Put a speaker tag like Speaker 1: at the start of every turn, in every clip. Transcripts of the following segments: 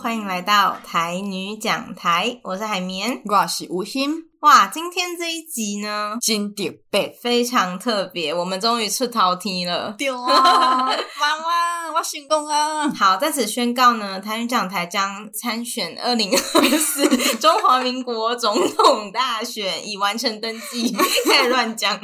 Speaker 1: 欢迎来到台女讲台，我是海绵。
Speaker 2: 我是吴昕，
Speaker 1: 哇，今天这一集呢
Speaker 2: 金点背。
Speaker 1: 非常特别，我们终于出逃题了。
Speaker 2: 对 啊，妈妈，我成功啊！
Speaker 1: 好，在此宣告呢，台女讲台将参选二零二四 中华民国总统大选，已完成登记。 开始乱讲，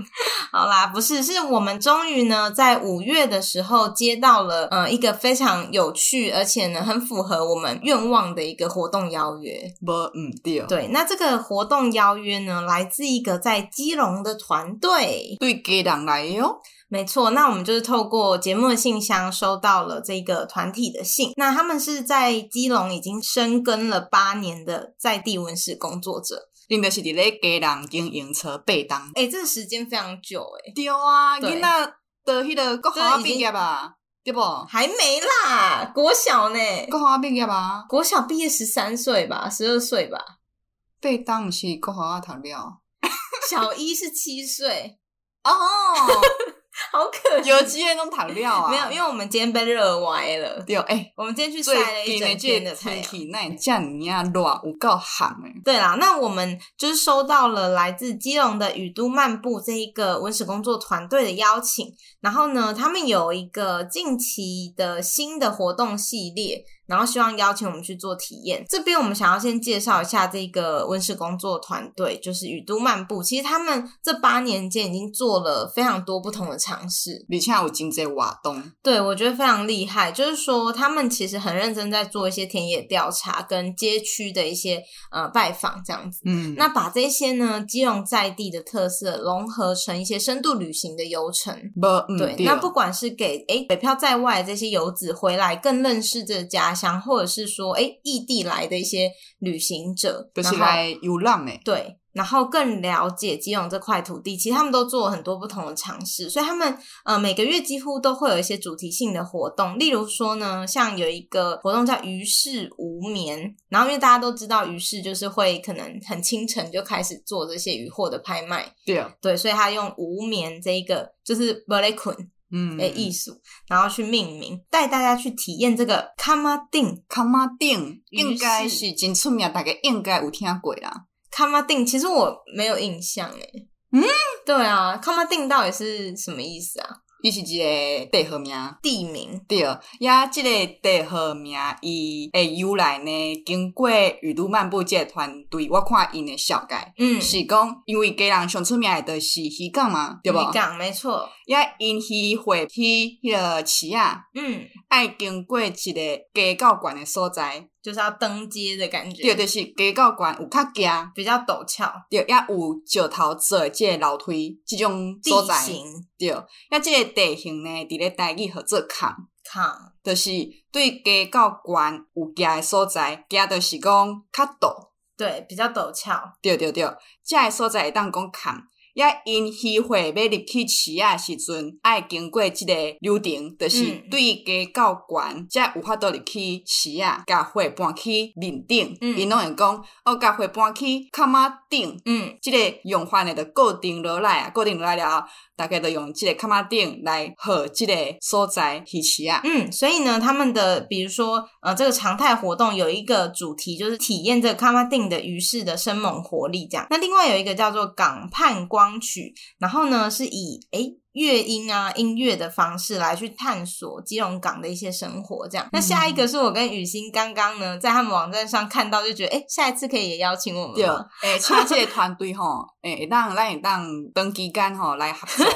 Speaker 1: 好啦，不是，是我们终于呢，在五月的时候接到了呃一个非常有趣，而且呢很符合我们愿望的一个活动邀约。
Speaker 2: 无唔对，
Speaker 1: 对，那这个活动邀约呢，来自一个在基隆的团队。
Speaker 2: 对家人来哦哟，
Speaker 1: 没错，那我们就是透过节目的信箱收到了这个团体的信。那他们是在基隆已经深耕了八年的在地文史工作者。
Speaker 2: 恁就是伫咧家人经营车背当。
Speaker 1: 哎，这个时间非常久哎、
Speaker 2: 对啊，
Speaker 1: 对
Speaker 2: 囡仔的迄个国校毕业吧，对不？
Speaker 1: 还没啦，国小呢，
Speaker 2: 国校毕业啊吧，
Speaker 1: 国小毕业十三岁吧，十二岁吧，
Speaker 2: 背当毋是国校啊读了。
Speaker 1: 小一是七岁，
Speaker 2: 哦，
Speaker 1: 好可怜。
Speaker 2: 有机会拢读了啊？
Speaker 1: 没有，因为我们今天被热歪了。
Speaker 2: 对，诶，
Speaker 1: 我们今天去晒
Speaker 2: 最
Speaker 1: 了一
Speaker 2: 近
Speaker 1: 整
Speaker 2: 的
Speaker 1: 天
Speaker 2: 啊这
Speaker 1: 的
Speaker 2: 个
Speaker 1: 太
Speaker 2: 天
Speaker 1: 阳。
Speaker 2: 气，那遮尔啊热，有够寒诶。
Speaker 1: 对啦，那我们就是收到了来自基隆的雨都漫步这一个文史工作团队的邀请，然后呢，他们有一个近期的新的活动系列，然后希望邀请我们去做体验。这边我们想要先介绍一下这个文史工作团队，就是雨都漫步。其实他们这八年间已经做了非常多不同的尝试，
Speaker 2: 而且有真济活动，
Speaker 1: 对，我觉得非常厉害，就是说他们其实很认真在做一些田野调查跟街区的一些呃拜访这样子。
Speaker 2: 嗯，
Speaker 1: 那把这些呢，基隆在地的特色融合成一些深度旅行的游程。
Speaker 2: 无毋
Speaker 1: 对，那不管是给诶北漂在外的这些游子回来更认识这个家乡，或者是说诶异地来的一些旅行者，
Speaker 2: 就是
Speaker 1: 然后
Speaker 2: 来游览诶。
Speaker 1: 对，然后更了解基隆这块土地。其实他们都做了很多不同的尝试，所以他们呃每个月几乎都会有一些主题性的活动。例如说呢，像有一个活动叫“于事无眠”，然后因为大家都知道，于是就是会可能很清晨就开始做这些渔获的拍卖，
Speaker 2: 对，
Speaker 1: 对，啊所以他用“无眠”这一个就是 b e l e k u n
Speaker 2: 嗯
Speaker 1: 的艺术，然后去命名，带大家去体验这个 “kamadin”。
Speaker 2: 卡马顶
Speaker 1: 于是
Speaker 2: 应该是真出名，大家应该有听过啦。
Speaker 1: 康马定，其实我没有印象诶。
Speaker 2: 嗯，
Speaker 1: 对啊，康马定到底是什么意思啊？
Speaker 2: 伊是一个地号名，
Speaker 1: 地名
Speaker 2: 对，哦也即个地号名伊诶由来呢，经过雨都漫步这个团队，我看因诶小解。
Speaker 1: 嗯，
Speaker 2: 是讲，因为家人上出名诶，就是鱼港嘛，对无？
Speaker 1: 渔港没错，
Speaker 2: 也因鱼会去迄个池啊，
Speaker 1: 嗯，
Speaker 2: 爱经过一个鸡教馆诶所在，
Speaker 1: 就是要登阶的感觉，
Speaker 2: 对，就是鸡教馆有较行，
Speaker 1: 比较陡峭
Speaker 2: 对，也有石头做的这个楼梯，即种
Speaker 1: 地
Speaker 2: 所在。
Speaker 1: 形
Speaker 2: 对，那这个地形呢，伫咧台语合作抗，
Speaker 1: 抗，
Speaker 2: 就是对家到县有行诶所在，行就是讲较陡，
Speaker 1: 对，比较陡峭，
Speaker 2: 对对对，遮个所在会当讲抗。也因渔会要入去市啊时阵，爱经过即个流程，就是
Speaker 1: 嗯
Speaker 2: 对家到县，才有法度入去市啊，甲花搬去面顶，
Speaker 1: 嗯
Speaker 2: 因拢会讲哦，甲花搬去卡仔顶，
Speaker 1: 嗯，
Speaker 2: 即、个用法呢，就固定落来啊，固定落来了后，大概就用即个卡马顶来和即个所在鱼池啊。
Speaker 1: 嗯，所以呢，他们的比如说呃，这个常态活动有一个主题就是体验这个康马定的鱼市的生猛活力，这样。那另外有一个叫做港畔光曲，然后呢是以诶。乐音啊，音乐的方式来去探索基隆港的一些生活，这样。那下一个是我跟雨欣刚刚呢，在他们网站上看到，就觉得，诶，下一次可以也邀请我们
Speaker 2: 对哦
Speaker 1: 吗？，
Speaker 2: 诶，请即个团队吼， 诶，会当咱会当长期间吼来合 作。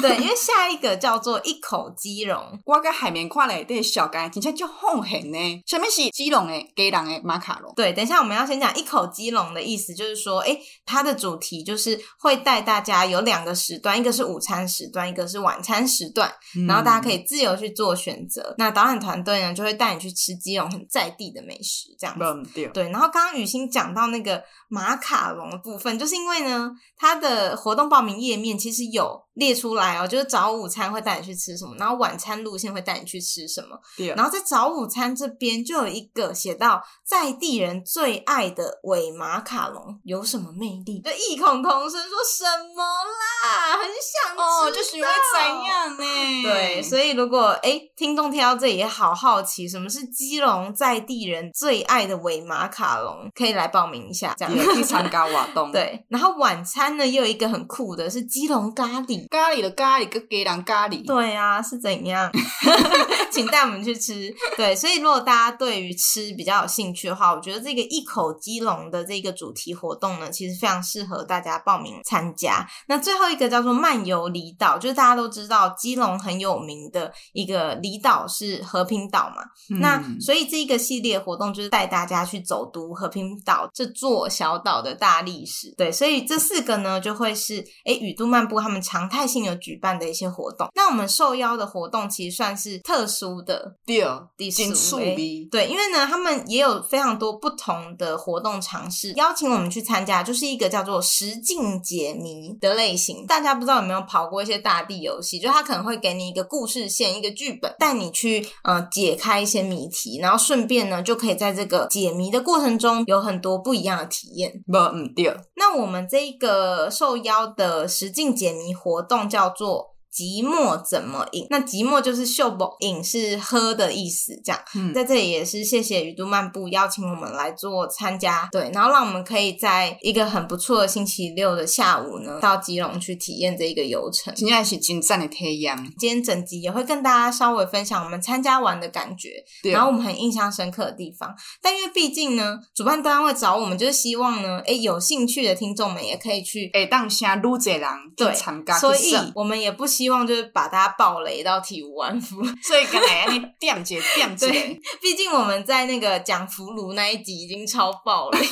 Speaker 1: 对，因为下一个叫做一口基隆，
Speaker 2: 我甲海绵看内底小街，真正足奉献呢。啥物是基隆诶，基隆诶马卡龙？
Speaker 1: 对，等一下我们要先讲一口基隆的意思，就是说，诶，它的主题就是会带大家有两个时段，一个是午餐时段，一个是晚餐时段，
Speaker 2: 嗯
Speaker 1: 然后大家可
Speaker 2: 以，
Speaker 1: 以自由去做选择。那导览团队呢，就会带你去吃基隆很在地的美食，这样子。
Speaker 2: 嗯，对，
Speaker 1: 对，然后刚刚雨欣讲到那个马卡龙的部分，就是因为呢，它的活动报名页面其实有列出来哦，就是早午餐会带你去吃什么，然后晚餐路线会带你去吃什么，
Speaker 2: 对
Speaker 1: 然后在早午餐这边就有一个写到在地人最爱的伪马卡龙有什么魅力，就异口同声说什么啦，很想吃。
Speaker 2: 哦，我就是要怎样嗯呢？
Speaker 1: 对，所以如果哎，听众听到这里也好好奇，什么是基隆在地人最爱的尾马卡龙，可以来报名一下，这样
Speaker 2: 也去参加活动。，
Speaker 1: 对。然后晚餐呢，又有一个很酷的是基隆咖喱，
Speaker 2: 咖喱的咖喱，个鸡人咖喱。
Speaker 1: 对啊，是怎样？ 请带我们去吃。对，所以如果大家对于吃比较有兴趣的话，我觉得这个一口基隆的这个主题活动呢，其实非常适合大家报名参加。那最后一个叫做漫游离岛，就是大家都知道基隆很有名的一个离岛是和平岛嘛。
Speaker 2: 嗯
Speaker 1: 那所以这一个系列活动就是带大家去走读和平岛这座小岛的大历史。对，所以这四个呢就会是诶雨都漫步他们常态性有举办的一些活动。那我们受邀的活动其实算是特殊的。
Speaker 2: 对，
Speaker 1: 第
Speaker 2: 真
Speaker 1: 四
Speaker 2: 趣
Speaker 1: 位
Speaker 2: 味。
Speaker 1: 对，因为呢，他们也有非常多不同的活动尝试，邀请我们去参加，就是一个叫做实境解谜的类型。大家不知道有没有跑过一些大地游戏，就它可能会给你一个故事线、一个剧本，带你去呃解开一些谜题，然后顺便呢就可以在这个解谜的过程中有很多不一样的体验。
Speaker 2: 无毋对，
Speaker 1: 那我们这一个受邀的实境解谜活动叫做。寂寞怎么饮？那寂寞就是秀不饮是喝的意思，这样。
Speaker 2: 嗯
Speaker 1: 在这里也是谢谢于都漫步邀请我们来做参加，对，然后让我们可以在一个很不错的星期六的下午呢，到基隆去体验这一个游程。
Speaker 2: 真正是真赞的体验。
Speaker 1: 今天整集也会跟大家稍微分享我们参加完的感觉，
Speaker 2: 对，
Speaker 1: 然后我们很印象深刻的地方。但因为毕竟呢，主办单位找我们就是希望呢，诶，有兴趣的听众们也可以去。
Speaker 2: 会当下愈侪人
Speaker 1: 对
Speaker 2: 去参加
Speaker 1: 所以
Speaker 2: 去耍，
Speaker 1: 我们也不希望就是把大家暴雷到体无完肤。
Speaker 2: 所以敢来安尼点者点者，
Speaker 1: 对毕竟我们在那个讲俘虏那一集已经超爆了。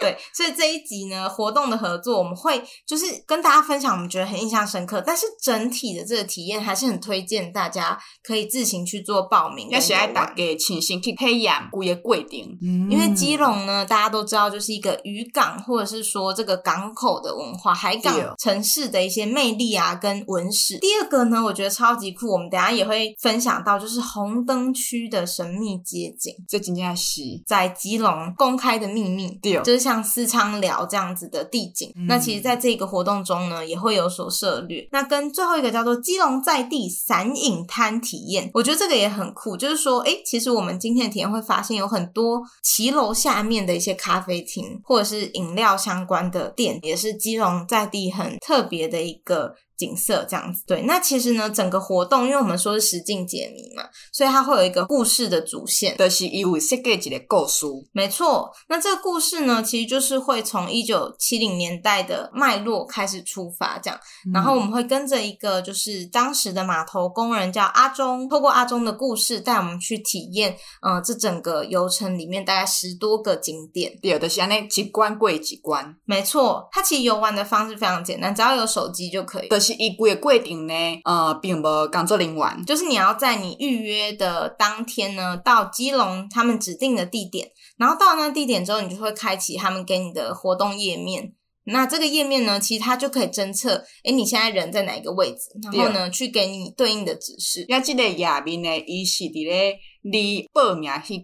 Speaker 1: 对，所以这一集呢，活动的合作，我们会就是跟大家分享我们觉得很印象深刻，但是整体的这个体验还是很推荐大家可以自行去做报名跟
Speaker 2: 也是
Speaker 1: 游
Speaker 2: 爱
Speaker 1: 玩，
Speaker 2: 大家亲身去体验规个过程。
Speaker 1: 因
Speaker 2: 因
Speaker 1: 为基隆呢，大家都知道就是一个渔港，或者是说这个港口的文化、海港
Speaker 2: 对
Speaker 1: 城市的一些魅力啊，跟文史。第二个呢，我觉得超级酷，我们等一下也会分享到，就是红灯区的神秘街景。
Speaker 2: 这真正是
Speaker 1: 在基隆公开的秘密，
Speaker 2: 对
Speaker 1: 就是像私娼寮这样子的地景。
Speaker 2: 嗯
Speaker 1: 那其实，在这个活动中呢，也会有所涉略。那跟最后一个叫做基隆在地散饮摊体验，我觉得这个也很酷。就是说，诶，其实我们今天的体验会发现，有很多骑楼下面的一些咖啡厅或者是饮料相关的店，也是基隆在地很特别的一个。景色这样子，对。那其实呢，整个活动，因为我们说是实境解谜嘛，所以它会有一个故事的主线，
Speaker 2: 就是伊有设计一个故事，
Speaker 1: 没错，那这个故事呢，其实就是会从一九七零年代的脉络开始出发，这样。
Speaker 2: 嗯
Speaker 1: 然后我们会跟着一个就是当时的码头工人叫阿忠，透过阿忠的故事带我们去体验，呃，这整个游程里面大概十多个景点。
Speaker 2: 对，就是安尼一关过一关，
Speaker 1: 没错，它其实游玩的方式非常简单，只要有手机就可以。
Speaker 2: 就是伊规个过程呢，呃，并无工作人员，
Speaker 1: 就是你要在你预约的当天呢，到基隆他们指定的地点，然后到那地点之后，你就会开启他们给你的活动页面。那这个页面呢，其实它就可以侦测，诶，你现在人在哪一个位置，然后呢，去给你对应的指示。
Speaker 2: 也即个页面呢，伊是伫咧你报名迄天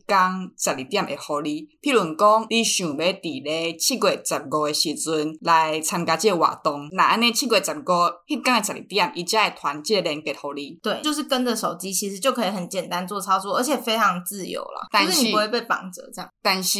Speaker 2: 十二点会互你。譬如讲，你想要伫咧七月十五诶时阵来参加即个活动，那安尼七月十五迄天诶十二点，伊才会团即个链接互你。
Speaker 1: 对，就是跟着手机，其实就可以很简单做操作，而且非常自由了，
Speaker 2: 但
Speaker 1: 就是你
Speaker 2: 是
Speaker 1: 不会被绑着这样。
Speaker 2: 但是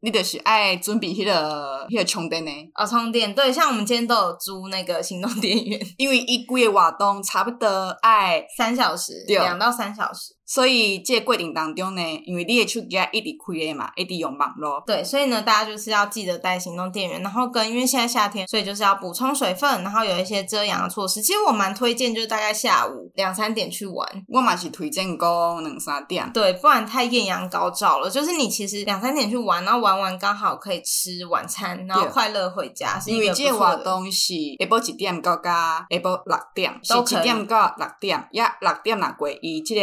Speaker 2: 你著是爱准备迄、个迄、个充电呢，
Speaker 1: 哦，充电，对，像我们今天都有租那个行动电源，
Speaker 2: 因为伊规个活动差不多爱。
Speaker 1: 三小时，
Speaker 2: 对
Speaker 1: 两到三小时。
Speaker 2: 所以，即个过程当中呢，因为你诶手机啊一直开诶嘛，一直用网络，
Speaker 1: 对，所以呢，大家就是要记得带行动电源，然后跟因为现在夏天，所以就是要补充水分，然后有一些遮阳的措施。其实我蛮推荐，就是大概下午两三点去玩。
Speaker 2: 我嘛是推荐讲两三点。
Speaker 1: 对，不然太艳阳高照了。就是你其实两三点去玩，然后玩完刚好可以吃晚餐，然后
Speaker 2: 对
Speaker 1: 快乐回家，是一
Speaker 2: 因为
Speaker 1: 个
Speaker 2: 这
Speaker 1: 不
Speaker 2: 个
Speaker 1: 错
Speaker 2: 活
Speaker 1: 的。
Speaker 2: 动是下晡一点到加下晡六点，是
Speaker 1: 都可以
Speaker 2: 一点到六点，也六点若过伊即个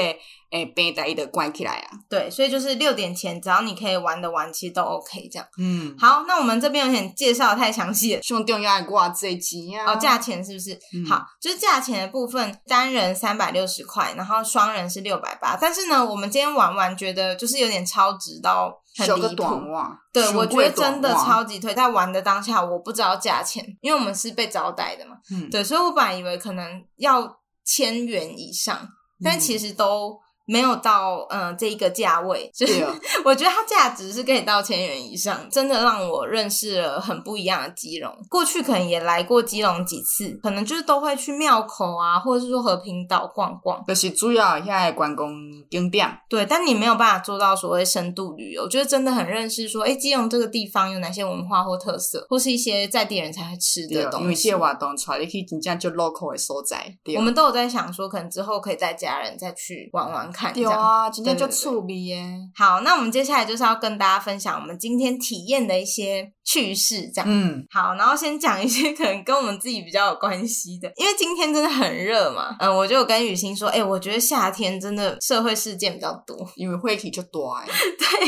Speaker 2: 诶、诶平台伊就关起来啊。
Speaker 1: 对，所以就是六点前，只要你可以玩的完，其实都 OK 这样。
Speaker 2: 嗯，
Speaker 1: 好，那我们这边有点介绍得太详细了。
Speaker 2: 上重要的偌济钱啊？
Speaker 1: 哦，价钱是不是、
Speaker 2: 嗯
Speaker 1: 好？就是价钱的部分，单人三百六十块，然后双人是六百八。但是呢，我们今天玩完觉得就是有点超值到很
Speaker 2: 小
Speaker 1: 离
Speaker 2: 个
Speaker 1: 谱
Speaker 2: 短。袜，
Speaker 1: 对，
Speaker 2: 上
Speaker 1: 我觉得
Speaker 2: 过
Speaker 1: 真的
Speaker 2: 短袜
Speaker 1: 超级推。在玩的当下，我不知道价钱，因为我们是被招待的嘛。
Speaker 2: 嗯
Speaker 1: 对，所以我本来以为可能要千元以上，但
Speaker 2: 嗯
Speaker 1: 其实都没有到嗯、呃这一个价位。就
Speaker 2: 对
Speaker 1: 是
Speaker 2: 啊，
Speaker 1: 我觉得它价值是可以到千元以上，真的让我认识了很不一样的基隆。过去可能也来过基隆几次，可能就是都会去庙口啊，或者是说和平岛逛逛。
Speaker 2: 就是主要遐诶观光景 点。
Speaker 1: 对，但你没有办法做到所谓深度旅游，就是真的很认识说，哎，基隆这个地方有哪些文化或特色，或是一些在地人才会吃的，
Speaker 2: 对啊因为
Speaker 1: 东西
Speaker 2: 这个。活动带你去真正就 local 的所在。对
Speaker 1: 我们都有在想说，可能之后可以带家人再去玩玩看，这
Speaker 2: 对
Speaker 1: 样。
Speaker 2: 啊，真正
Speaker 1: 对
Speaker 2: 就
Speaker 1: 对对
Speaker 2: 趣味诶。
Speaker 1: 好，那我们接下来就是要跟大家分享我们今天体验的一些趣事，这样。
Speaker 2: 嗯，
Speaker 1: 好，然后先讲一些可 能跟我们自己比较有关系的，因为今天真的很热嘛。嗯，我就有跟雨欣说，哎、我觉得夏天真的社会事件比较多，
Speaker 2: 因为火气就大诶。
Speaker 1: 对，因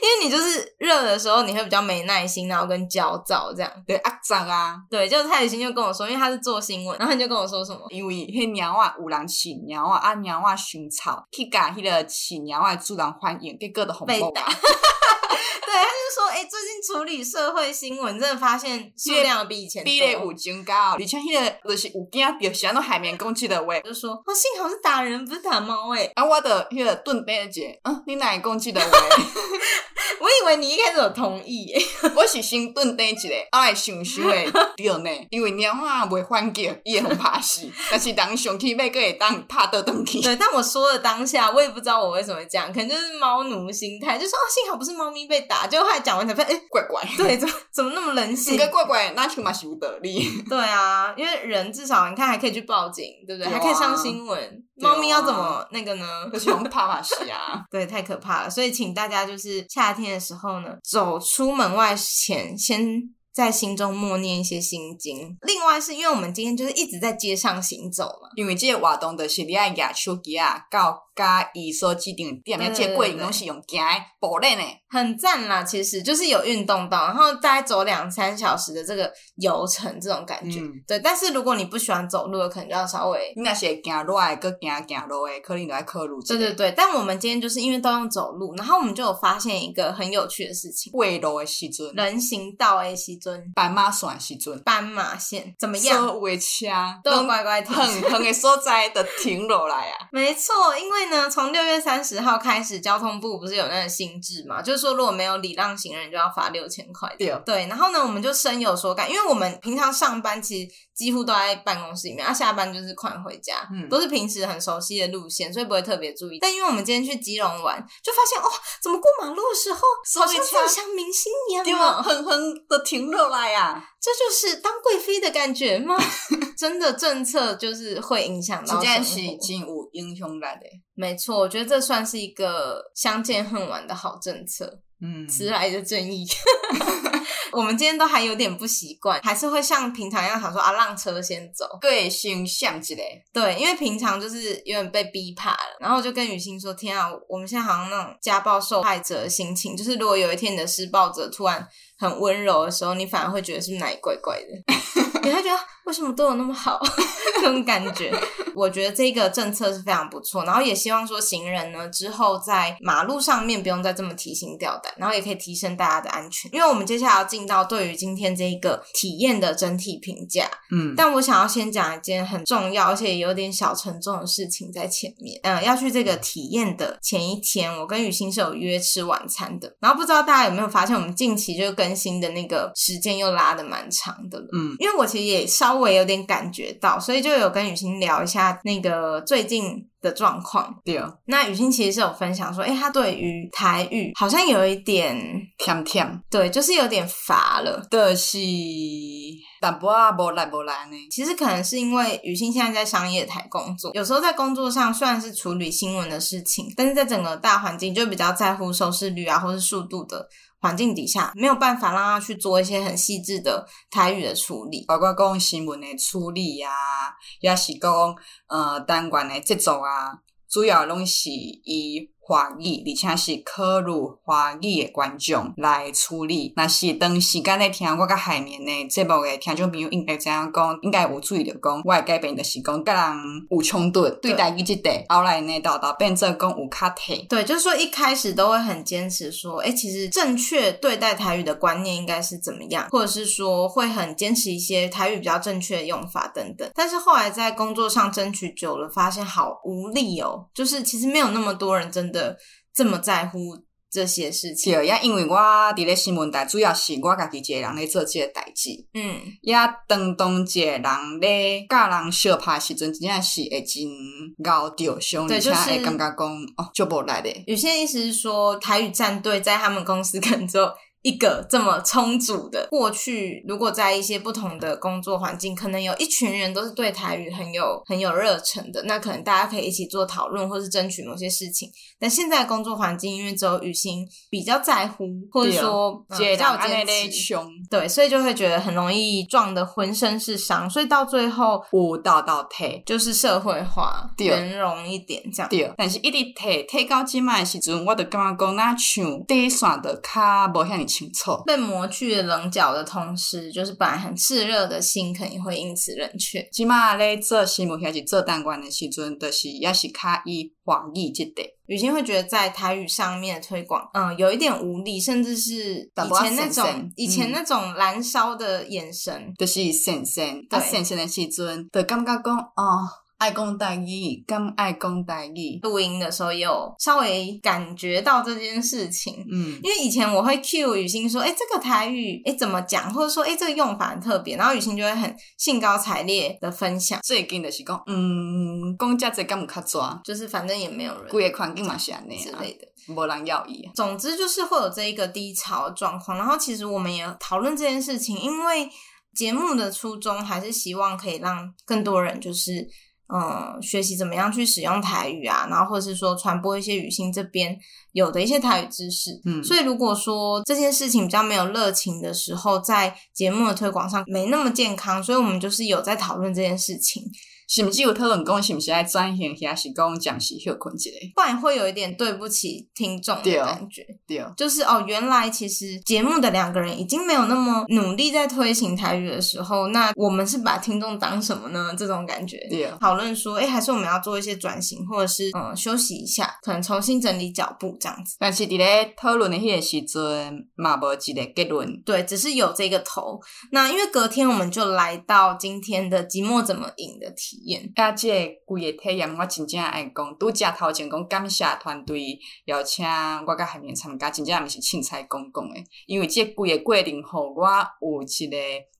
Speaker 1: 为你就是热的时候你会比较没耐心，然后跟焦躁这样。
Speaker 2: 对，压杂啊，
Speaker 1: 对，就蔡雨欣就跟我说，因为他是做新闻，然后他就跟我说什么，
Speaker 2: 因为迄猫啊有人饲猫啊，啊猫啊伤臭，去甲迄个饲猫啊的主人反映，结果就互
Speaker 1: 被
Speaker 2: 爆
Speaker 1: 打。对，他就说，哎、最近处理社会新闻，真的发现数量比以前
Speaker 2: 比例
Speaker 1: 多。
Speaker 2: 有增加哦，而且迄个就是有惊着，是安怎海绵讲即个话。
Speaker 1: 我就说，哦，幸好是打人，不是打猫、哎，
Speaker 2: 啊，我的迄个盾杯姐，嗯，你哪会讲即个话？
Speaker 1: 我以为你一开始有同意、哎，
Speaker 2: 我是先顿底一个，啊来想想诶，对呢，因为猫啊袂反击，伊会互 拍死，但是人上去尾个会当拍倒转去。
Speaker 1: 对，但我说的当下，我也不知道我为什么会这样，可能就是猫奴心态，就说哦，幸好不是猫咪被打，结果后来讲完才发现，哎、
Speaker 2: 怪怪，
Speaker 1: 对，怎么怎么那么人性
Speaker 2: 应？该怪怪，那像嘛是有道理。
Speaker 1: 对啊，因为人至少你看还可以去报警，对不对？
Speaker 2: 有啊
Speaker 1: 还可以上新闻，
Speaker 2: 对啊
Speaker 1: 猫咪要怎么那个呢
Speaker 2: 就？是用拍嘛死啊，
Speaker 1: 对，太可怕了，所以请大家就是夏天的时候呢，走出门外前先。在心中默念一些心经。另外，是因为我们今天就是一直在街上行走嘛，
Speaker 2: 因为即个活动就是你爱举手机啊，到甲伊所指定的点，
Speaker 1: 对
Speaker 2: 啊，即个过程拢是用行诶，步练诶。
Speaker 1: 很赞啦，其实就是有运动到，然后大概走两三小时的这个游程，这种感觉。
Speaker 2: 嗯
Speaker 1: 对，但是如果你不喜欢走路的，可能就要稍微。
Speaker 2: 你若是会行路诶，搁行行路诶，可能就爱考虑一下
Speaker 1: 对对对，但我们今天就是因为都用走路，然后我们就有发现一个很有趣的事情：
Speaker 2: 过路诶时阵，
Speaker 1: 人行道 A 西尊
Speaker 2: 斑马线的时阵，
Speaker 1: 斑马线怎么样？
Speaker 2: 所有的车
Speaker 1: 都有
Speaker 2: 拢
Speaker 1: 乖乖停。
Speaker 2: 横横的所在就停落来啊。
Speaker 1: 没错，因为呢，从六月三十号开始，交通部不是有那个新制嘛，就是说如果没有礼让行人，就要罚六千块。
Speaker 2: 对，
Speaker 1: 对，然后呢，我们就深有所感，因为我们平常上班其实几乎都在办公室里面，啊，下班就是快回家，
Speaker 2: 嗯
Speaker 1: 都是平时很熟悉的路线，所以不会特别注意。但因为我们今天去基隆玩，就发现哦，怎么过马路的时候好像
Speaker 2: 车
Speaker 1: 就像明星一样
Speaker 2: 对啊，
Speaker 1: 啊，
Speaker 2: 横横的停落来啊。
Speaker 1: 这就是当贵妃的感觉 吗？真的政策就是会影响
Speaker 2: 真
Speaker 1: 到生
Speaker 2: 正是
Speaker 1: 活。
Speaker 2: 真有影响力的。
Speaker 1: 没错，我觉得这算是一个相见恨晚的好政策。
Speaker 2: 嗯，
Speaker 1: 迟来的正义。 我们今天都还有点不习惯，还是会像平常一样想说啊，让车先走。
Speaker 2: 个性像一个，
Speaker 1: 对，因为平常就是有点被逼怕了。然后我就跟雨欣说：“天啊，我们现在好像那种家暴受害者的心情，就是如果有一天你的施暴者突然很温柔的时候，你反而会觉得是不是哪里怪怪的， 你会觉得啊为什么对我那么好， 这种感觉。”我觉得这个政策是非常不错，然后也希望说行人呢之后在马路上面不用再这么提心吊胆，然后也可以提升大家的安全。因为我们接下来要进到对于今天这一个体验的整体评价，
Speaker 2: 嗯，
Speaker 1: 但我想要先讲一件很重要而且也有点小沉重的事情在前面。嗯，要去这个体验的前一天，我跟雨欣是有约吃晚餐的。然后不知道大家有没有发现，我们近期就更新的那个时间又拉的蛮长的了。
Speaker 2: 嗯，
Speaker 1: 因为我其实也稍微有点感觉到，所以就有跟雨欣聊一下那个最近的状况。
Speaker 2: 对，
Speaker 1: 那雨欣其实是有分享说，诶，她对于台语好像有一点，
Speaker 2: 甜甜，
Speaker 1: 对，就是有点乏了。
Speaker 2: 就是淡薄啊，无力无力呢。
Speaker 1: 其实可能是因为雨欣现在在商业台工作，有时候在工作上虽然是处理新闻的事情，但是在整个大环境就比较在乎收视率啊，或是速度的环境底下，没有办法让他去做一些很细致的台语的处理。
Speaker 2: 包括讲新闻的处理啊，也是讲呃单元的制作啊，主要拢是以华语，而且是考虑华语的观众来处理。若是长时间咧听我甲海绵的节目诶听众朋友，应该知影讲，应该有注意着讲，我诶改变就是讲甲人有冲突，对待己即块，后来呢，到到变做讲有较体。
Speaker 1: 对，就是说一开始都会很坚持说，哎，其实正确对待台语的观念应该是怎么样，或者是说会很坚持一些台语比较正确的用法等等。但是后来在工作上争取久了，发现好无力哦，就是其实没有那么多人真的这么在乎这些事情。
Speaker 2: 对，也因为我伫咧新闻台，主要是我家己一个人咧做即个代志，
Speaker 1: 嗯，
Speaker 2: 也当当一个人咧甲人相拍的时阵，真正是会真熬着伤，
Speaker 1: 对
Speaker 2: 而且
Speaker 1: 就是
Speaker 2: 会感觉讲哦，就无力咧。
Speaker 1: 有些人意思是说，台语战队在他们公司可能只有一个这么充足的。过去如果在一些不同的工作环境，可能有一群人都是对台语很有很有热忱的，那可能大家可以一起做讨论，或是争取某些事情。但现在的工作环境，因为只有雨欣比较在乎，或
Speaker 2: 啊
Speaker 1: 者说、嗯、
Speaker 2: 一个
Speaker 1: 比
Speaker 2: 人
Speaker 1: 较
Speaker 2: 安尼
Speaker 1: 有
Speaker 2: 咧
Speaker 1: 坚持，
Speaker 2: 冲，
Speaker 1: 对，所以就会觉得很容易撞得浑身是伤，所以到最后
Speaker 2: 有到到退。
Speaker 1: 就是社会化、
Speaker 2: 对啊
Speaker 1: 圆融一点这样。
Speaker 2: 对，但是一直退退到即卖时阵，我就感觉讲那像底线就较无遐尼清楚。
Speaker 1: 被磨去了棱角的同时，就是本来很炽热的心，可能也会因此冷却。
Speaker 2: 即卖咧做新闻还是做单元的时阵，就是也是较以华语即块。
Speaker 1: 雨欣会觉得在台语上面的推广，嗯，有一点无力，甚至是
Speaker 2: 淡
Speaker 1: 以
Speaker 2: 薄仔
Speaker 1: 前那
Speaker 2: 神圣
Speaker 1: 种以前
Speaker 2: 嗯
Speaker 1: 那种燃烧的眼神，
Speaker 2: 就是神仙，啊
Speaker 1: 对
Speaker 2: 神仙的时阵，就感觉讲哦，爱讲台语，敢爱讲台语，
Speaker 1: 录音的时候也有稍微感觉到这件事情。
Speaker 2: 嗯，
Speaker 1: 因为以前我会 cue 雨欣说，哎、这个台语，哎、怎么讲，或者说，哎、这个用法很特别，然后雨欣就会很兴高采烈的分享，
Speaker 2: 最近就是讲，嗯，讲遮济敢有较抓，
Speaker 1: 就是反正也没有人
Speaker 2: 规个环境嘛是安尼
Speaker 1: 之
Speaker 2: 啊，
Speaker 1: 类的。
Speaker 2: 无人要伊啊，
Speaker 1: 总之就是会有这一个低潮的状况，然后其实我们也讨论这件事情，因为节目的初衷还是希望可以让更多人就是嗯学习怎么样去使用台语啊，然后或是说传播一些语星这边有的一些台语知识。
Speaker 2: 嗯
Speaker 1: 所以如果说这件事情比较没有热情的时候，在节目的推广上没那么健康，所以我们就是有在讨论这件事情，
Speaker 2: 甚至有讨论讲是毋是爱转型，遐是讲暂时休困一下，
Speaker 1: 不然会有一点对不起听众的
Speaker 2: 对哦
Speaker 1: 感觉。
Speaker 2: 对。
Speaker 1: 就是哦，原来其实节目的两个人已经没有那么努力在推行台语的时候，那我们是把听众当什么呢？这种感觉。
Speaker 2: 对
Speaker 1: 讨论说，哎，还是我们要做一些转型，或者是嗯休息一下，可能重新整理脚步这样子。
Speaker 2: 但是伫咧讨论的迄个时阵，嘛无一个结论。
Speaker 1: 对，只是有这个头。那因为隔天我们就来到今天的寂寞怎么赢的体验。
Speaker 2: 啊，即个规个体验，我真正爱讲，拄则头前讲感谢团队邀请我甲海绵参加，真正毋是凊彩讲讲诶，因为即规个过程吼，我有一个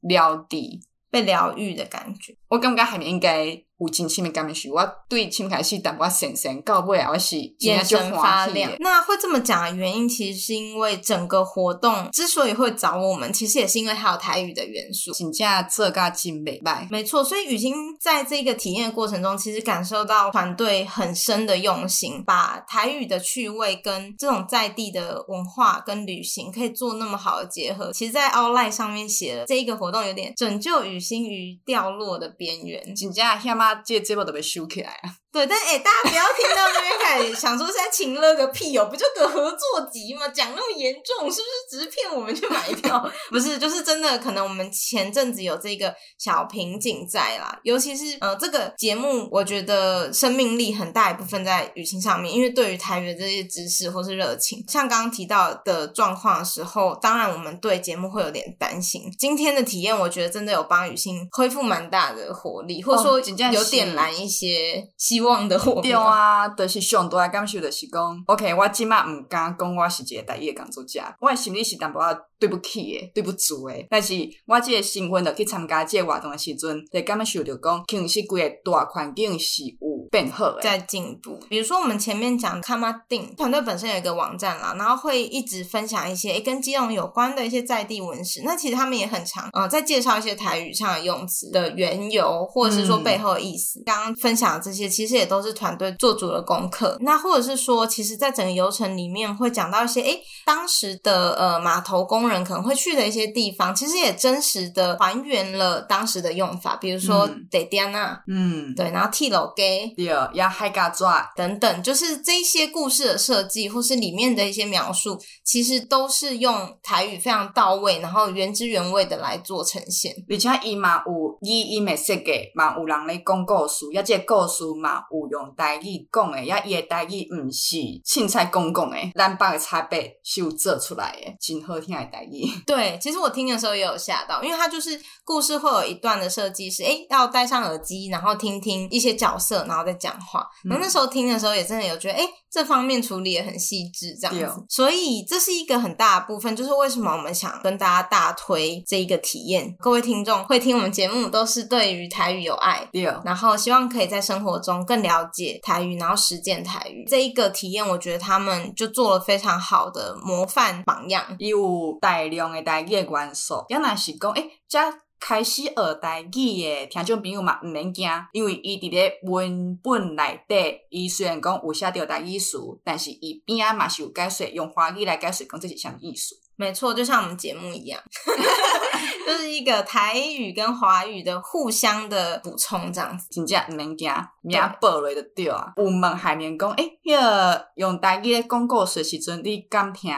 Speaker 2: 了解。
Speaker 1: 被疗愈的感觉，
Speaker 2: 我感觉海绵应该有真深诶感受，我对深开始淡薄仔神神，到尾啊，我是真
Speaker 1: 眼
Speaker 2: 正就
Speaker 1: 神发
Speaker 2: 欢喜
Speaker 1: 亮
Speaker 2: 诶。。
Speaker 1: 那会这么讲的原因，其实是因为整个活动之所以会找我们，其实也是因为它有台语的元素。
Speaker 2: 真正做甲真袂歹，
Speaker 1: 没错，所以雨欣在这个体验的过程中，其实感受到团队很深的用心，把台语的趣味跟这种在地的文化跟旅行可以做那么好的结合。其实，在 Outline 上面写了这一个活动有点拯救雨欣于掉落的边缘。
Speaker 2: 真正遐嘛，即个节目都要收起来啊！
Speaker 1: 对，但哎、诶大家不要听到这边开始想说现在请了个屁哦，不就个合作集吗？讲那么严重，是不是只是骗我们去买票？ 不是，就是真的，可能我们前阵子有这个小瓶颈在啦，尤其是呃，这个节目我觉得生命力很大一部分在语情上面，因为对于台语的这些知识或是热情，像刚刚提到的状况的时候，当然我们对节目会有点担心。今天的体验，我觉得真的有帮雨欣恢复蛮大的活力，或者说
Speaker 2: 哦真的是
Speaker 1: 有点燃一些希望的火苗。
Speaker 2: 对啊，就是上大的感受就是讲，OK，我即马毋敢讲我是一个台语的工作者，我的心里是淡薄仔对不起的，对不住的。但是我即个身份落去参加即个活动的时阵，就感受着讲，其实规个大环境是有变好的。
Speaker 1: 在进步。比如说我们前面讲 c o m a d i n 团队本身有一个网站啦，然后会一直分享一些诶跟基隆有关的一些在地文史。那其实他们也很常呃在介绍一些台语上的用词的缘由，或者是说
Speaker 2: 嗯
Speaker 1: 背后的意思。刚刚分享的这些其实也都是团队做足了功课。那或者是说，其实在整个游程里面会讲到一些诶当时的呃码头工人可能会去的一些地方，其实也真实的还原了当时的用法，比如说
Speaker 2: 嗯
Speaker 1: d e d i a n a
Speaker 2: 嗯，
Speaker 1: 对，然后 T 楼 gay，
Speaker 2: 对，也海嘎纸，
Speaker 1: 等等，就是这些故事的设计，或是里面的一些描述，其实都是用台语非常到位，然后原汁原味的来做呈现。
Speaker 2: 而且伊嘛有以伊的设计，嘛有人咧讲故事，也即个故事嘛有用台语讲诶，也伊诶台语毋是凊彩讲讲诶，咱北诶差别是有做出来诶，真好听诶台语。
Speaker 1: 对，其实我听的时候也有吓到，因为它就是故事会有一段的设计是，诶，要戴上耳机，然后听听一些角色，然后再讲话。然后那时候听的时候也真的有觉得，诶，这方面处理也很细致，这样
Speaker 2: 对
Speaker 1: 子
Speaker 2: 哦。
Speaker 1: 所以这是一个很大的部分，就是为什么我们想跟大家大推这一个体验。各位听众会听我们节目，都是对于台语有爱，
Speaker 2: 对，
Speaker 1: 然后希望可以在生活中更了解台语，然后实践台语这一个体验，我觉得他们就做了非常好的模范榜样。
Speaker 2: 伊有大量诶台语诶元素，也若是讲，诶、遮开始学台语诶听众朋友嘛，毋免惊，因为伊伫咧文本内底，伊虽然讲有写着台语词，但是伊边仔嘛是有解说用华语来解说讲这是啥物意思。
Speaker 1: 没错，就像我们节目一样， 就是一个台语跟华语的互相的补充，这样子。
Speaker 2: 真正毋免惊，名报落就对啊。有问海绵讲，诶、迄、个用台语咧讲故事的时阵，你敢听有？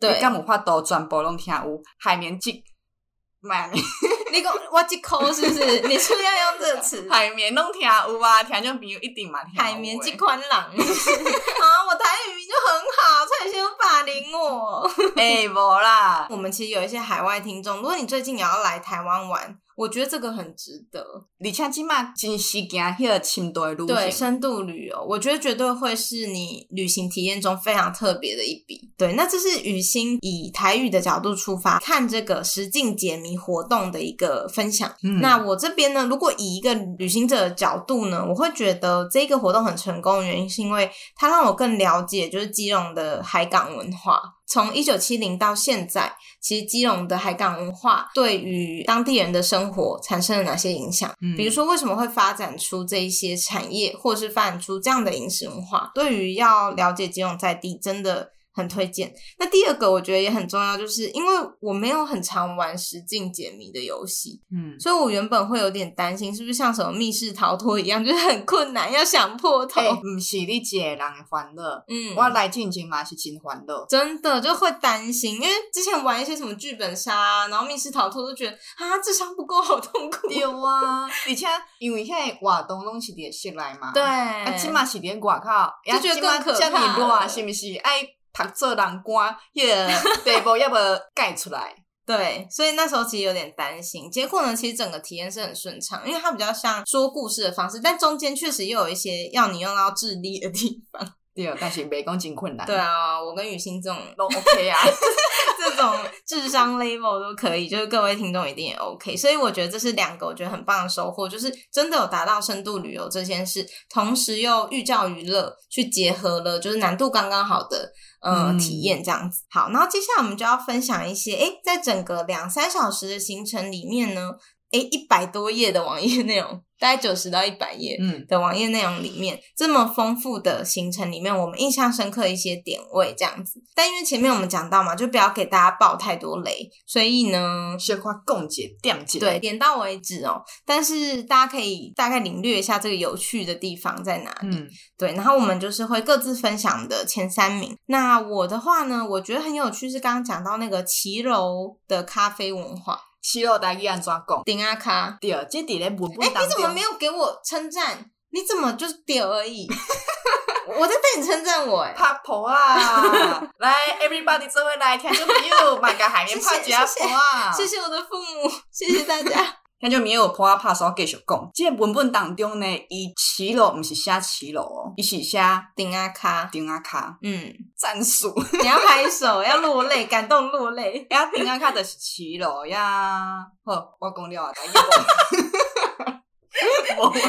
Speaker 1: 对
Speaker 2: 你敢有法度全部拢听有？海绵即，妈咪，
Speaker 1: 你讲我这口是不是？你是不是要用这个词？
Speaker 2: 海绵拢听有啊，听众朋友一定嘛听有的
Speaker 1: 海绵即宽狼 啊！我台语就很好，差点先霸凌我。
Speaker 2: 诶，无啦，
Speaker 1: 我们其实有一些海外听众，如果你最近也要来台湾玩，我觉得这个很值得。
Speaker 2: 而且即马真是惊迄个深度的嗯旅
Speaker 1: 对，
Speaker 2: 行。
Speaker 1: 深度旅游，我觉得绝对会是你旅行体验中非常特别的一笔。对，那这是雨欣以台语的角度出发看这个实境解谜活动的一个分享。
Speaker 2: 嗯
Speaker 1: 那我这边呢，如果以一个旅行者的角度呢，我会觉得这个活动很成功的原因，是因为它让我更了解就是基隆的海港文化。从一九七零到现在，其实基隆的海港文化对于当地人的生活产生了哪些影响？
Speaker 2: 嗯
Speaker 1: 比如说为什么会发展出这一些产业，或是发展出这样的饮食文化？对于要了解基隆在地，真的。很推荐。那第二个我觉得也很重要，就是因为我没有很常玩实境解谜的游戏，
Speaker 2: 嗯，
Speaker 1: 所以我原本会有点担心，是不是像什么密室逃脱一样，就是很困难，要想破头。
Speaker 2: 诶，毋是你一个人的烦恼，
Speaker 1: 哦嗯，
Speaker 2: 我来进前嘛是真烦 恼。
Speaker 1: 真的就会担心，因为之前玩一些什么剧本杀啊、然后密室逃脱，都觉得啊，智商不够，好痛 苦。
Speaker 2: 对啊，而且因为遐活动拢是伫咧室内嘛，
Speaker 1: 对，
Speaker 2: 啊，即嘛是伫咧外口，啊，
Speaker 1: 就觉得
Speaker 2: 即嘛
Speaker 1: 更可
Speaker 2: 遮
Speaker 1: 怕
Speaker 2: 尔热，
Speaker 1: 了
Speaker 2: 是毋是爱拍做人官，迄、个地步要无盖出来？
Speaker 1: 对，所以那时候其实有点担心。结果呢，其实整个体验是很顺畅，因为它比较像说故事的方式，但中间确实又有一些要你用到智力的地方。
Speaker 2: 对，但是袂讲真困 难。
Speaker 1: 对，啊，我跟雨欣这种
Speaker 2: 拢 OK 啊。
Speaker 1: 这种智商 level 都可以，就是各位听众一定也 OK。所以我觉得这是两个我觉得很棒的收获，就是真的有达到深度旅游这件事，同时又寓教于乐，去结合了就是难度刚刚好的呃、
Speaker 2: 嗯
Speaker 1: 体验这样子。好，然后接下来我们就要分享一些，诶，在整个两三小时的行程里面呢，诶，一百多页的网页内容，大概九十到一百页，
Speaker 2: 嗯，
Speaker 1: 的网页内容里面，这么丰富的行程里面，我们印象深刻的一些点位这样子。但因为前面我们讲到嘛，就不要给大家爆太多雷，所以呢，
Speaker 2: 小可讲一个点一个。
Speaker 1: 对，点到为止哦。但是大家可以大概领略一下这个有趣的地方在哪里。
Speaker 2: 嗯，
Speaker 1: 对，然后我们就是会各自分享的前三名。那我的话呢，我觉得很有趣是刚刚讲到那个骑楼的咖啡文化，
Speaker 2: 七楼台语安怎讲？
Speaker 1: 顶阿咖。
Speaker 2: 对，即伫咧文
Speaker 1: 哎、
Speaker 2: 本当中。
Speaker 1: 你怎么没有给我称赞？你怎么就是屌而 已？我在对你称赞我哎、
Speaker 2: 拍婆啊！来，everybody 做伙来，听众朋友，嘛甲海绵拍一下
Speaker 1: 谢谢
Speaker 2: 婆啊！
Speaker 1: 谢谢我的父母， 谢谢大家。
Speaker 2: 听众朋友，破啊拍手继续讲，即、个文本当中呢，伊骑楼毋是写骑楼哦，伊是写
Speaker 1: 顶阿卡，
Speaker 2: 顶啊卡
Speaker 1: 嗯，
Speaker 2: 战术，
Speaker 1: 你要拍手，要落泪，感动落泪。
Speaker 2: 呀顶啊卡就是骑楼呀。好，我讲了啊，大家无。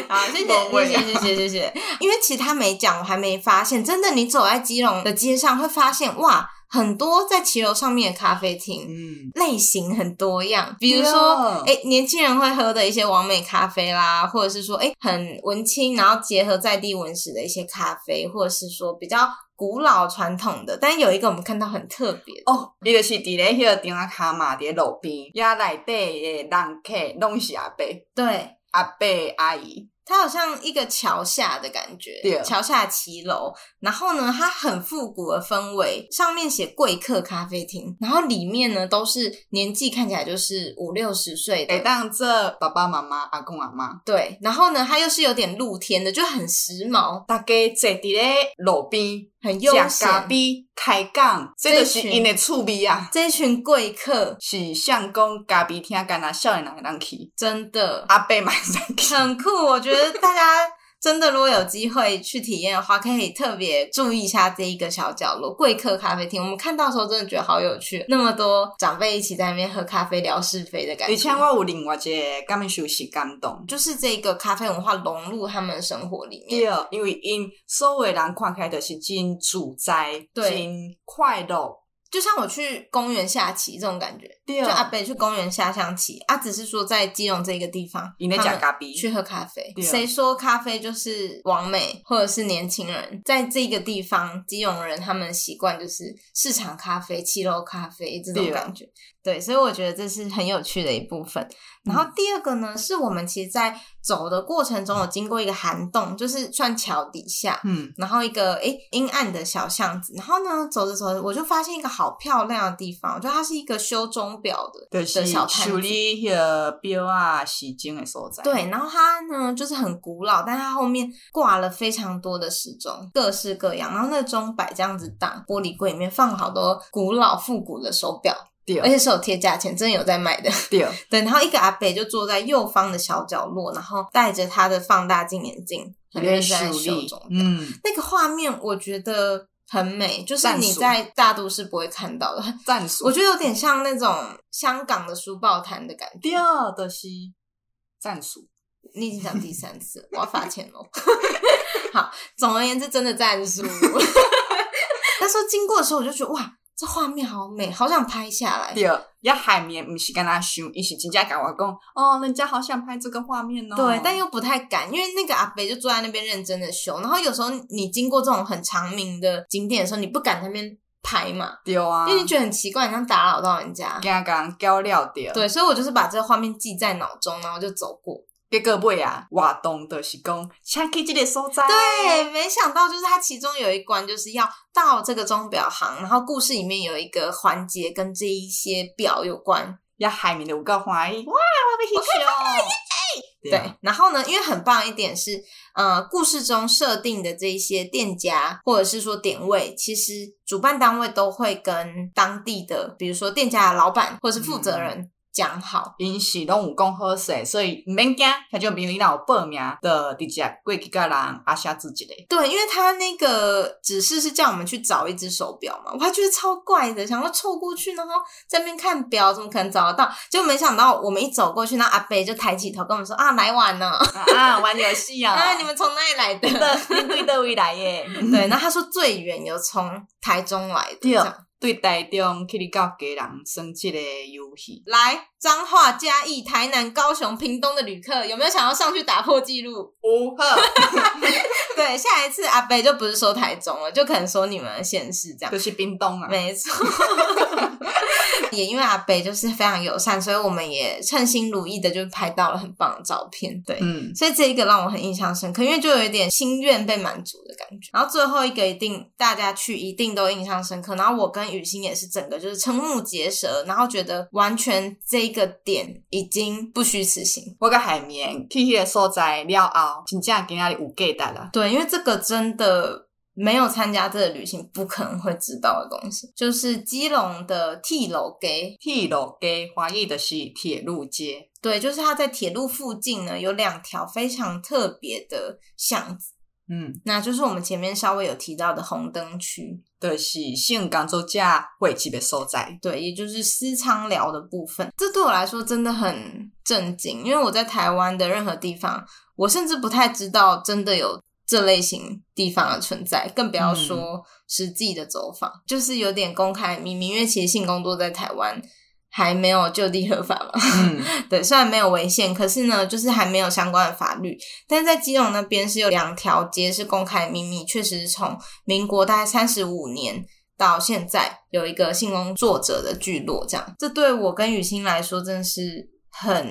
Speaker 1: 好，谢谢，
Speaker 2: 不会啊
Speaker 1: 谢谢，谢谢，谢谢。因为其他没讲，我还没发现。真的，你走在基隆的街上，会发现哇，很多在骑楼上面的咖啡厅。
Speaker 2: 嗯，
Speaker 1: 类型很多样，比如
Speaker 2: 对
Speaker 1: 说
Speaker 2: 哦，
Speaker 1: 哎、年轻人会喝的一些完美咖啡啦，或者是说，哎、很文青，然后结合在地文史的一些咖啡，或者是说比较古老传统的。但有一个我们看到很特别的，
Speaker 2: 哦，伊就是伫咧迄个顶啊卡嘛，伫咧路边，呀内底诶人客拢是阿伯、
Speaker 1: 对，
Speaker 2: 阿伯、阿姨，
Speaker 1: 它好像一个桥下的感觉
Speaker 2: 对，啊
Speaker 1: 桥下骑楼。然后呢，它很复古的氛围，上面写贵客咖啡厅，然后里面呢都是年纪看起来就是五六十岁的
Speaker 2: 会当做爸爸妈妈、阿公阿妈，
Speaker 1: 对，然后呢，它又是有点露天的，就很时髦，
Speaker 2: 大家坐伫咧路边，
Speaker 1: 很悠
Speaker 2: 食咖
Speaker 1: 闲。
Speaker 2: 啡、开讲，这
Speaker 1: 这
Speaker 2: 就是
Speaker 1: 群
Speaker 2: 因的趣味啊。
Speaker 1: 这一群贵客
Speaker 2: 是像讲咖啡厅，干那少年人会当去，
Speaker 1: 真的
Speaker 2: 阿伯嘛会当去。
Speaker 1: 很酷，我觉得大家真的如果有机会去体验的话，可以特别注意一下这一个小角落——贵客咖啡厅。我们看到的时候真的觉得好有趣，那么多长辈一起在那边喝咖啡聊是非的感
Speaker 2: 而且我
Speaker 1: 觉。
Speaker 2: 有另外一个感受是感动，
Speaker 1: 就是这个咖啡文化融入他们生活里面，
Speaker 2: 对，因为因所有的人看起来就是真自在、
Speaker 1: 对
Speaker 2: 真快乐。
Speaker 1: 就像我去公园下棋这种感觉，
Speaker 2: 对
Speaker 1: 就，阿北去公园下象棋，啊，只是说在基隆这个地方，
Speaker 2: 因咧食
Speaker 1: 他们
Speaker 2: 咖啡，
Speaker 1: 去喝咖啡。
Speaker 2: 对啊
Speaker 1: 谁说咖啡就是完美或者是年轻人？在这个地方，基隆人他们习惯就是市场咖啡、七楼咖啡这种
Speaker 2: 对啊
Speaker 1: 感觉。对，所以我觉得这是很有趣的一部分。然
Speaker 2: 嗯
Speaker 1: 后第二个呢，是我们其实，在走的过程中有经过一个涵洞，就是算桥底下。
Speaker 2: 嗯，
Speaker 1: 然后一个诶阴暗的小巷子，然后呢走着走着，我就发现一个好漂亮的地方，我觉得它是一个修钟表的
Speaker 2: 就是
Speaker 1: 的小摊子
Speaker 2: 修理迄个表啊、时钟的所在。
Speaker 1: 对，然后它呢就是很古老，但它后面挂了非常多的时钟，各式各样。然后那个钟摆这样子大，玻璃柜里面放了好多古老复古的手表，而
Speaker 2: 对
Speaker 1: 且是有贴价钱，真的有在卖的。
Speaker 2: 对，
Speaker 1: 哎对，然后一个阿北就坐在右方的小角落，然后戴着他的放大镜眼镜，很认真在
Speaker 2: 修
Speaker 1: 修
Speaker 2: 理
Speaker 1: 钟。表。
Speaker 2: 嗯，
Speaker 1: 那个画面我觉得很美，就是
Speaker 2: 淡
Speaker 1: 你
Speaker 2: 熟
Speaker 1: 在大都市不会看到的。
Speaker 2: 赞数。
Speaker 1: 我觉得有点像那种香港的书报摊的感觉
Speaker 2: 第。二就是战术，
Speaker 1: 你已经讲第三次了，我要罚钱喽。 好，总而言之，真的战术。 那时候经过的时候，我就觉得哇，这画面好美，好想拍下来。
Speaker 2: 第二，也海绵不是跟他想，伊是真正甲我讲，哦，人家好想拍这个画面哦。
Speaker 1: 对，但又不太敢，因为那个阿北就坐在那边认真的修。然后有时候你经过这种很长明的景点的时候，你不敢在那边拍嘛，
Speaker 2: 对啊，
Speaker 1: 因为你觉得很奇怪，你像打扰到人家。
Speaker 2: 惊甲人交了掉，
Speaker 1: 对，所以我就是把这个画面记在脑中，然后就走过。
Speaker 2: 结果尾啊，活动就是讲，请去这个所在，
Speaker 1: 对，没想到就是它其中有一关就是要到这个钟表行，然后故事里面有一个环节跟这一些表有关。
Speaker 2: 也海绵的有够欢喜，哇，我要去
Speaker 1: 对，
Speaker 2: 修，啊
Speaker 1: 然后呢，因为很棒一点是，呃，故事中设定的这一些店家或者是说点位，其实主办单位都会跟当地的，比如说店家的老板或是负责人讲好。
Speaker 2: 因是拢有讲好势，所以毋免惊，听众朋友你若有报名，就直接过去甲人啊写字一 个。
Speaker 1: 对，因为他那个指示是叫我们去找一只手表嘛，我还觉得超怪的，想要凑过去，然后在那边看表，怎么可能找得到？就没想到我们一走过去，那阿北就抬起头跟我们说啊，来晚了，
Speaker 2: 啊，玩游戏 啊！
Speaker 1: 啊，你们从哪里来的？
Speaker 2: 对，对到未来耶。
Speaker 1: 对，那他说最远有从台中来的，这
Speaker 2: 对哦
Speaker 1: 样
Speaker 2: 对台中去你到家人耍即个游戏，
Speaker 1: 来彰化、嘉义、台南、高雄、屏东的旅客有没有想要上去打破记录？
Speaker 2: 有好，
Speaker 1: 对，下一次阿北就不是说台中了，就可能说你们的县市这样。
Speaker 2: 就是冰冻啊。
Speaker 1: 没错，也因为阿北就是非常友善，所以我们也称心如意的就拍到了很棒的照片。对，
Speaker 2: 嗯，
Speaker 1: 所以这一个让我很印象深刻，因为就有一点心愿被满足的感觉。然后最后一个一定大家去一定都印象深刻。然后我跟雨欣也是整个就是瞠目结舌，然后觉得完全这一个点已经不虚此行。
Speaker 2: 我甲海绵去迄个所在了后，真正今仔日有价值啊啦。
Speaker 1: 对，因为这个真的没有参加这个旅行不可能会知道的东西，就是基隆的 T 楼街，
Speaker 2: 铁路街翻译就是铁路街，
Speaker 1: 对，就是它在铁路附近呢有两条非常特别的巷子，
Speaker 2: 嗯，
Speaker 1: 那就是我们前面稍微有提到的红灯区，
Speaker 2: 就是性工作者汇集的所在。
Speaker 1: 对，也就是私娼寮的部分。这对我来说真的很震惊，因为我在台湾的任何地方，我甚至不太知道真的有这类型地方的存在，更不要说实际的走访，就是有点公开秘密。因为其实性工作在台湾还没有就地合法嘛，
Speaker 2: 嗯，
Speaker 1: 对，虽然没有违宪，可是呢，就是还没有相关的法律。但是在基隆那边是有两条街是公开秘密，确实是从民国大概三十五年到现在有一个性工作者的聚落，这样，这对我跟雨欣来说真的是很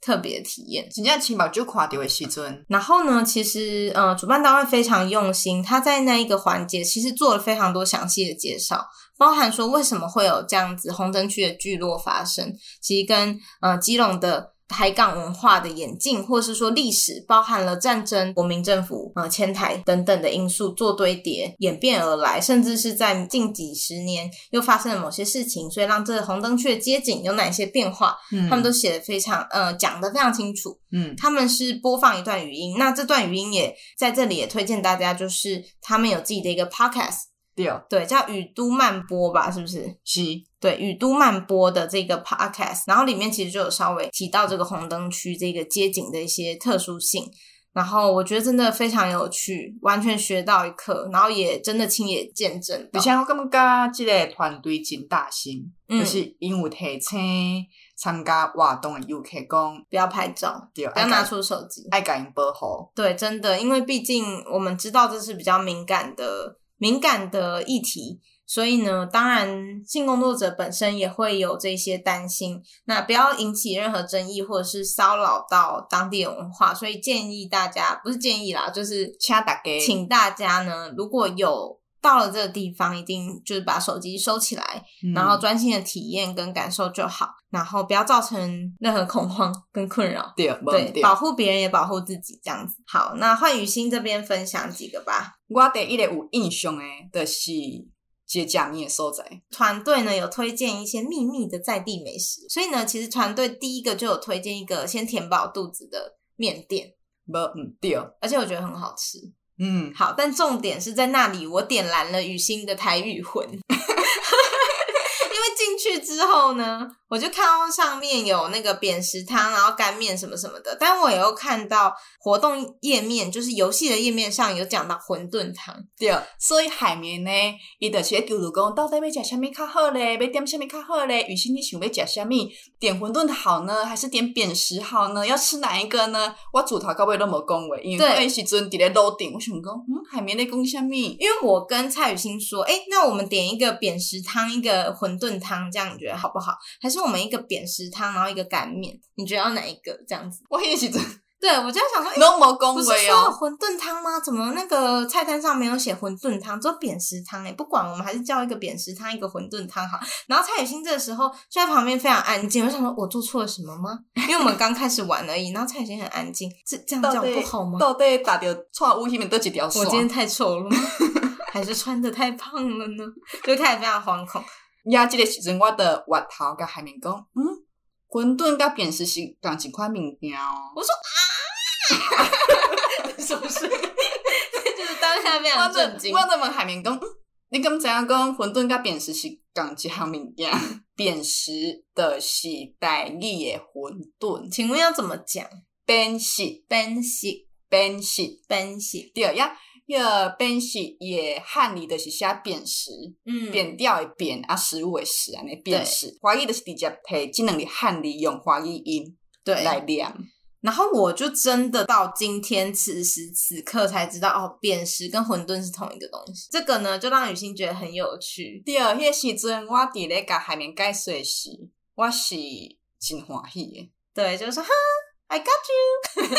Speaker 1: 特别的体验。
Speaker 2: 真正亲目睭看到的时阵，
Speaker 1: 然后呢，其实呃，主办单位非常用心，他在那一个环节其实做了非常多详细的介绍，包含说为什么会有这样子红灯区的聚落发生，其实跟呃基隆的。海港文化的演进，或是说历史，包含了战争、国民政府、呃迁台等等的因素做堆叠演变而来，甚至是在近几十年又发生了某些事情，所以让这红灯区的街景有哪些变化，
Speaker 2: 嗯
Speaker 1: 他们都写的非常呃讲的非常清楚。
Speaker 2: 嗯
Speaker 1: 他们是播放一段语音，那这段语音也在这里也推荐大家，就是他们有自己的一个 podcast，
Speaker 2: 对
Speaker 1: 对，叫雨都慢播吧，是不是？
Speaker 2: 是
Speaker 1: 对，雨都慢播的这个 podcast，然后里面其实就有稍微提到这个红灯区这个街景的一些特殊性，然后我觉得真的非常有趣，完全学到一课，然后也真的亲眼见证到
Speaker 2: 而，且我感觉即个团队真大心，
Speaker 1: 嗯
Speaker 2: 就是因有提醒参加活动的游客讲，
Speaker 1: 不要拍照，
Speaker 2: 对，啊
Speaker 1: 不要拿出手机，
Speaker 2: 爱甲因保护，
Speaker 1: 对，真的，因为毕竟我们知道这是比较敏感的、敏感的议题，所以呢，当然性工作者本身也会有这些担心。那不要引起任何争议，或者是骚扰到当地的文化，所以建议大家，不是建议啦，就是
Speaker 2: 请大家
Speaker 1: 请大家呢，如果有到了这个地方，一定就是把手机收起来，
Speaker 2: 嗯
Speaker 1: 然后专心的体验跟感受就好，然后不要造成任何恐慌跟困扰。
Speaker 2: 对，无毋
Speaker 1: 对，
Speaker 2: 对。
Speaker 1: 保护别人也保护自己，这样子。好，那换雨欣这边分享几个吧。
Speaker 2: 我第一个有印象诶，就是一个食面诶所在，
Speaker 1: 团队呢有推荐一些秘密的在地美食，所以呢，其实团队第一个就有推荐一个先填饱肚子的面店，
Speaker 2: 无毋对，
Speaker 1: 而且我觉得很好吃。
Speaker 2: 嗯，
Speaker 1: 好，但重点是在那里，我点燃了雨欣的台语魂。 因为进去之后呢，我就看到上面有那个扁食汤，然后干面什么什么的，但我也有看到活动页面，就是游戏的页面上有讲到馄饨汤。
Speaker 2: 对。所以海绵呢，伊就是咧求助讲，到底要食啥物较好咧？要点啥物较好咧？雨欣，你想要食啥物？点馄饨好呢，还是点扁食好呢？要吃哪一个呢？我自头到尾都无讲话，因为
Speaker 1: 对
Speaker 2: 我迄时阵伫咧楼顶，我想讲，嗯，海绵咧讲啥物？
Speaker 1: 因为我跟蔡雨欣说，哎、那我们点一个扁食汤，一个馄饨汤，这样你觉得好不好？还是我们一个扁食汤，然后一个干面，你觉得要哪一个？这样子，
Speaker 2: 我迄 时阵
Speaker 1: 对我就在想说，诶
Speaker 2: 拢无讲
Speaker 1: 不是
Speaker 2: 话
Speaker 1: 说有
Speaker 2: 哦。
Speaker 1: 馄饨汤吗？怎么那个菜单上没有写馄饨汤，只有扁食汤、欸？哎，不管我们还是叫一个扁食汤，一个馄饨汤好。然后蔡雨欣这个时候就在旁边非常安静，我想说我做错了什么吗？因为我们刚开始玩而已。然后蔡雨欣很安静，这这样
Speaker 2: 到
Speaker 1: 讲
Speaker 2: 底
Speaker 1: 不好吗？
Speaker 2: 到底打着错误迄面倒一条
Speaker 1: 我
Speaker 2: 线？
Speaker 1: 今天太丑了吗？ 还是穿的太胖了呢？ 就开始非常惶恐。
Speaker 2: 呀，即个时阵我着外头甲海绵讲，嗯，馄饨甲扁食是共一款物件哦。
Speaker 1: 我说啊，什么事？ 就是当下非
Speaker 2: 我
Speaker 1: 常
Speaker 2: 着
Speaker 1: 震惊
Speaker 2: 我。着问海绵讲，嗯，你敢知影讲馄饨甲扁食是共一项物件？ 扁食着是台语诶馄饨，
Speaker 1: 请问要怎么讲
Speaker 2: 扁食
Speaker 1: ？Ben 系
Speaker 2: 扁食
Speaker 1: Ben 系，
Speaker 2: 对呀。迄个扁食伊诶汉字就是写扁食，
Speaker 1: 嗯，
Speaker 2: 扁掉诶扁啊，食物诶食安尼扁食。华语就是直接摕即两个汉字用华语音
Speaker 1: 对
Speaker 2: 来念。
Speaker 1: 然后我就真的到今天此时此刻才知道，哦，扁食跟馄饨是同一个东西。这个呢，就让雨欣觉得很有趣。
Speaker 2: 对，迄个时阵我伫咧甲海绵解说时，我是真欢喜诶。
Speaker 1: 对，就是说哈，I got you，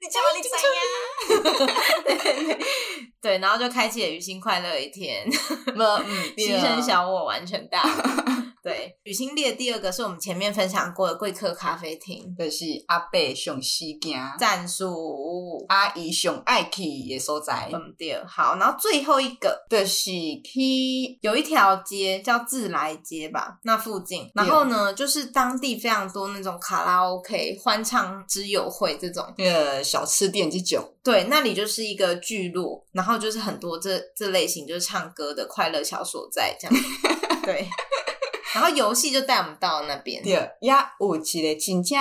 Speaker 2: 你
Speaker 1: 叫 你哎啊 对，然后就开启了雨欣快乐一天，
Speaker 2: 怎样？无，嗯，对
Speaker 1: 牺牲小我完全 大我。对，雨欣列第二个是我们前面分享过的贵客咖啡厅，
Speaker 2: 就是阿伯上死惊，
Speaker 1: 战术，
Speaker 2: 阿姨上爱去诶所在，
Speaker 1: 嗯，对，好，然后最后一个
Speaker 2: 就是去
Speaker 1: 有一条街叫自来街吧，那附近，然后呢，就是当地非常多那种卡拉 OK、欢唱之友会这种，
Speaker 2: 那个呃小吃店即种。
Speaker 1: 对，那里就是一个聚落，然后就是很多这这类型就是唱歌的快乐小所在这样， 对，然后游戏就带我们到那边，
Speaker 2: 对，也有一个真正